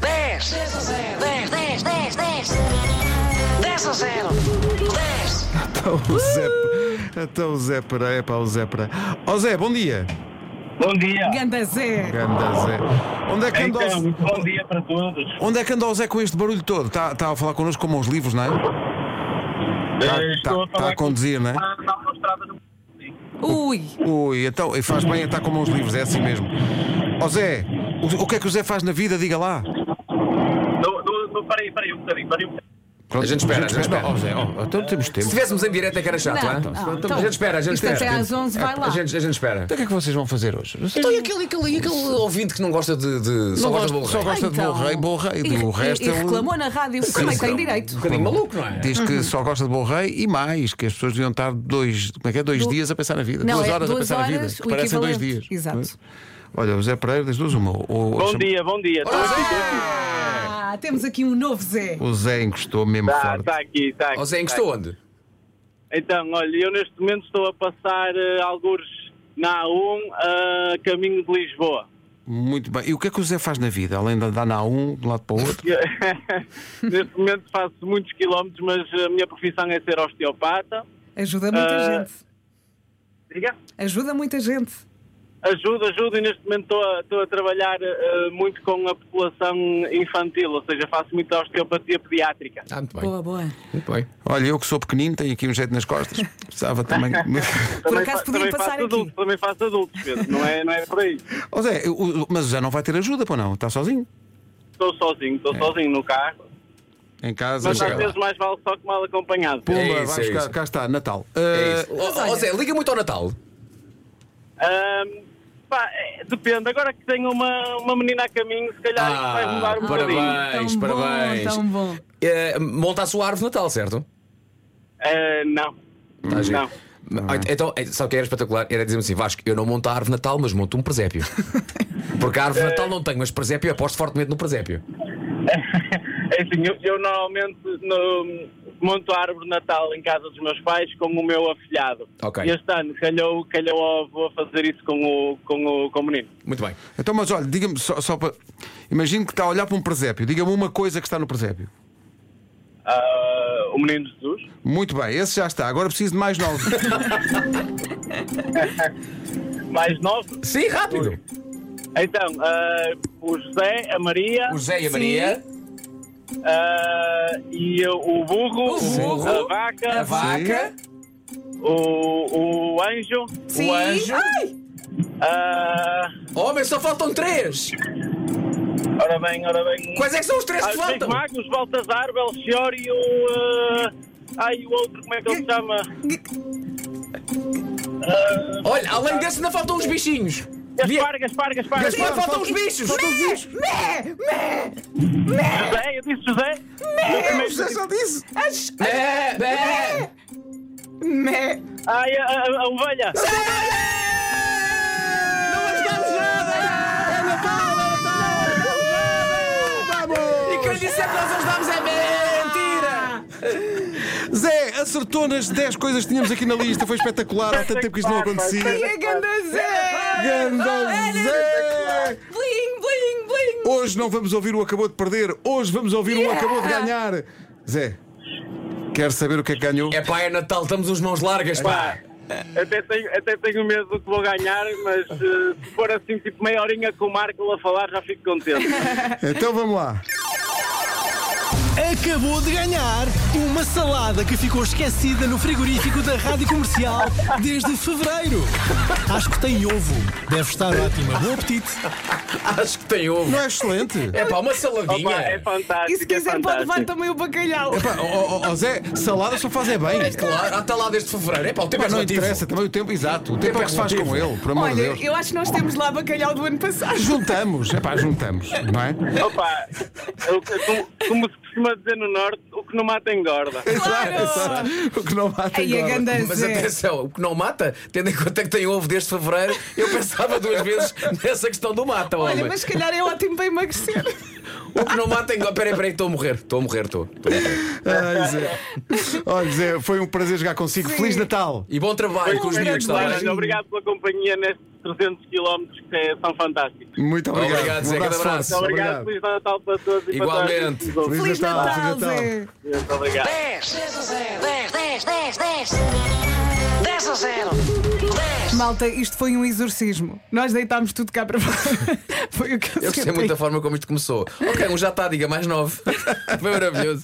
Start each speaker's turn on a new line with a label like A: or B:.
A: 10. 10 a 0. 10, 10, 10, 10. 10 a 0. 10.
B: Então o Zé, então o Zé para, é para o Zé para. Ó Zé, bom dia.
C: Bom dia.
D: Ganda Zé.
B: Ganda Zé. Onde é que anda
C: Então,
B: o,
C: muito bom dia para todos.
B: onde é que anda o Zé com este barulho todo? Está está a falar connosco como aos livros, não é? Está
C: Eh,
B: está-
C: estou a
B: está
C: falar
B: a conduzir, não é?
C: com- na autostrada do-
D: Ui,
B: Ui, então, e faz bem a estar com mãos livres, é assim mesmo. Ó Zé, o, o que é que o Zé faz na vida? Diga lá.
C: do- do- do- Peraí, peraí, um bocadinho, peraí um bocadinho.
B: Pronto,
E: A gente espera, a gente espera.
B: Ó Zé, ó, então temos tempo.
E: Se estivéssemos em direto é que era chato,
D: Não,
E: é?
D: não, então,
E: a gente espera, a gente
D: isto
E: espera.
D: até às 11 vai lá.
E: A gente, a gente espera.
B: Então o que é que vocês vão fazer hoje?
E: Então, e aquele, aquele, e aquele ouvinte que não gosta de. de só
B: Não
E: gosta de
B: gosto-
E: bolo
B: só
E: rei?
B: gosto- gosta de bom rei, bom rei, do
D: Então, e,
B: resto é um-
D: e, e
B: ele-
D: reclamou na rádio, também tem direito.
E: Um bocadinho maluco, não é?
B: Diz que só gosta de bom rei e mais, que as pessoas deviam estar dois, como é que é? Dois
D: Du-
B: dias a pensar na vida,
D: Não,
B: duas
D: é
B: horas
D: duas
B: a pensar na
D: horas,
B: vida,
D: o
B: que parecem dois dias. é?
D: equivalente. Exato.
B: Olha, o Zé Pereira das duas, uma. Ou, ou
C: Bom
B: chama-
C: dia, bom dia.
E: então.
D: Ah, temos aqui um novo Zé.
B: O Zé encostou mesmo
C: Está
B: forte.
C: aqui, está aqui.
E: É. Ó Zé,
C: tá
E: encostou onde?
C: Então, olha, eu neste momento estou a passar eh, algures na A1 a caminho de Lisboa.
B: Muito bem. E o que é que o Zé faz na vida? Além de andar na um, de um lado para o outro?
C: neste momento faço muitos quilómetros, mas a minha profissão é ser osteopata.
D: Ajuda muita
C: Ah.
D: gente.
C: Diga.
D: Ajuda muita gente.
C: Ajuda, ajuda, e neste momento estou a, estou a trabalhar eh, muito com a população infantil, ou seja, faço muita osteopatia pediátrica.
E: Ah, muito bem.
D: Boa, boa.
E: Muito bem.
B: Olha, eu que sou pequenino, tenho aqui um jeito nas costas. Precisava também.
D: Por
C: fa-
D: acaso podiam passar
C: faço
D: aqui.
C: adultos, também faço adultos, Pedro, não é, não é por aí.
B: Ó Zé, o- o- mas o Zé não vai ter ajuda, pô, não? Está sozinho?
C: Estou sozinho, estou sozinho no carro,
B: Em casa.
C: mas
B: vai
C: às
B: lá.
C: vezes mais vale só que mal acompanhado.
B: Pumba,
E: É isso,
B: vai
E: é
B: buscar,
E: isso.
B: cá está, Natal.
E: É
B: Ah,
E: isso. Ó, ó,
D: Eh, olha-
E: Zé, liga muito ao Natal.
C: Ahm, pá, é, depende, agora que tenho uma, uma menina a caminho, se calhar isto vai mudar um
E: parabéns,
C: bocadinho.
D: tão
E: parabéns.
D: bom, tão bom.
E: Eh, monta a sua árvore de Natal, certo?
C: Ah, não,
E: Tá giro.
C: não.
E: Ah, Então, eh, sabe o que era espetacular? Era dizer-me assim: Vasco, eu não monto a árvore de Natal, mas monto um presépio. Porque a árvore de Natal não tenho, mas presépio aposto fortemente no presépio.
C: É assim, eu, eu normalmente no- monto a árvore de Natal em casa dos meus pais com o meu afilhado.
E: Ok.
C: E este ano calhou, calhou ao avô a fazer isso com o, com o, com o menino.
E: Muito bem.
B: Então, mas olha, diga-me só, só para. Imagino que está a olhar para um presépio. Diga-me uma coisa que está no presépio.
C: Ah, o menino Jesus.
B: Muito bem, esse já está. Agora preciso de mais nove.
C: Mais novo.
E: Sim, rápido.
C: Então, ah, o José, a Maria
E: O Zé e a
D: Sim.
E: Maria.
C: ah, e o burro,
D: O burro,
C: a vaca,
D: A vaca.
C: o, o anjo.
D: Sim.
E: anjo.
D: Ai,
C: ah,
E: Homem, só faltam três!
C: ora bem, ora bem.
E: Quais é que são os três
C: Ah,
E: que
C: os
E: faltam?
C: Reis Magos, Baltazar, Belchior e o. ah, ai, o outro, como é que ele se chama?
E: Olha, além desse ainda faltam uns bichinhos.
C: Gaspar, Gaspar, Gaspar.
E: Gaspar,
C: José,
E: É faltam uns bichos!
C: eu disse José. Eu também disse.
B: disse.
E: Bé, bé.
D: mé.
C: é- Ai, a, a- a ovelha.
E: E quem disse é que nós os damos é mentira!
B: Zé, acertou nas 10 coisas que tínhamos aqui na lista. Foi espetacular. Há tanto tempo que isto não
D: E
B: acontecia.
D: a Ganda Zé.
B: Ganda Zé!
D: Bling, bling, bling.
B: Hoje não vamos ouvir o acabou de perder. Hoje vamos ouvir o acabou de ganhar. Zé, quer saber o que é que ganhou?
E: É pá, é Natal, estamos uns mãos largas, pá!
C: Até tenho, até tenho medo do que vou ganhar, mas eh, se for assim, tipo meia horinha com o Marco a falar, já fico contente.
B: Então vamos lá.
F: Acabou de ganhar uma salada que ficou esquecida no frigorífico da Rádio Comercial desde fevereiro. Acho que tem ovo. Deve estar ótima. Bom apetite.
E: Acho que tem ovo.
B: Não é excelente?
E: É pá,
C: Opa,
E: uma
C: é
E: saladinha!
C: fantástico.
D: E se
C: é
D: quiser pode
C: fantástico.
D: levar também o bacalhau.
B: Pá, ó, ó, ó, Oh, Zé, salada só faz é bem.
E: Claro, até lá desde fevereiro. É pá, o tempo é
B: Pá, não
E: relativo.
B: interessa, também o tempo, exato. O tempo é o que se faz
E: relativo.
B: com ele, por amor de
D: Olha,
B: Deus.
D: eu acho que nós temos lá bacalhau do ano passado.
B: Juntamos, é pá, juntamos, não é?
C: Opa, eu- como, como se costuma dizer no Norte, o que não mata engorda.
B: Exato, exato. O que não mata
D: Ai, a
B: engorda.
D: Ganda
E: Mas
D: Zé.
E: atenção, o que não mata, tendo em conta que tem ovo desde fevereiro, eu pensava duas vezes nessa questão do mata,
D: Olha,
E: homem.
D: mas se calhar é ótimo para emagrecer.
E: O que não mata engorda. Peraí, peraí, estou a morrer. Estou a morrer, estou. estou a morrer.
B: Ai, Zé. Olha, Zé, foi um prazer jogar consigo. Feliz Natal!
E: E bom trabalho
C: um
E: com os miúdos, está
C: Olha,
E: bem?
C: Obrigado pela companhia nestes 300 km que é- são fantásticos.
B: Muito obrigado.
E: Obrigado,
B: um
E: Zé,
B: abraço
E: grande abraço.
B: forte.
C: Obrigado, Feliz Natal para todos e para
E: Igualmente.
C: todos.
B: Feliz,
D: Feliz
E: então,
B: Natal,
D: Natal,
B: Feliz Natal.
D: Zé.
C: Obrigado.
A: 10 10 10 10 10 a 0 10
D: Malta, isto foi um exorcismo. Nós deitámos tudo cá para fora. Foi o que eu,
E: Eu gostei
D: senti.
E: muito da forma como isto começou. Ok, um já está, diga mais nove. Foi maravilhoso.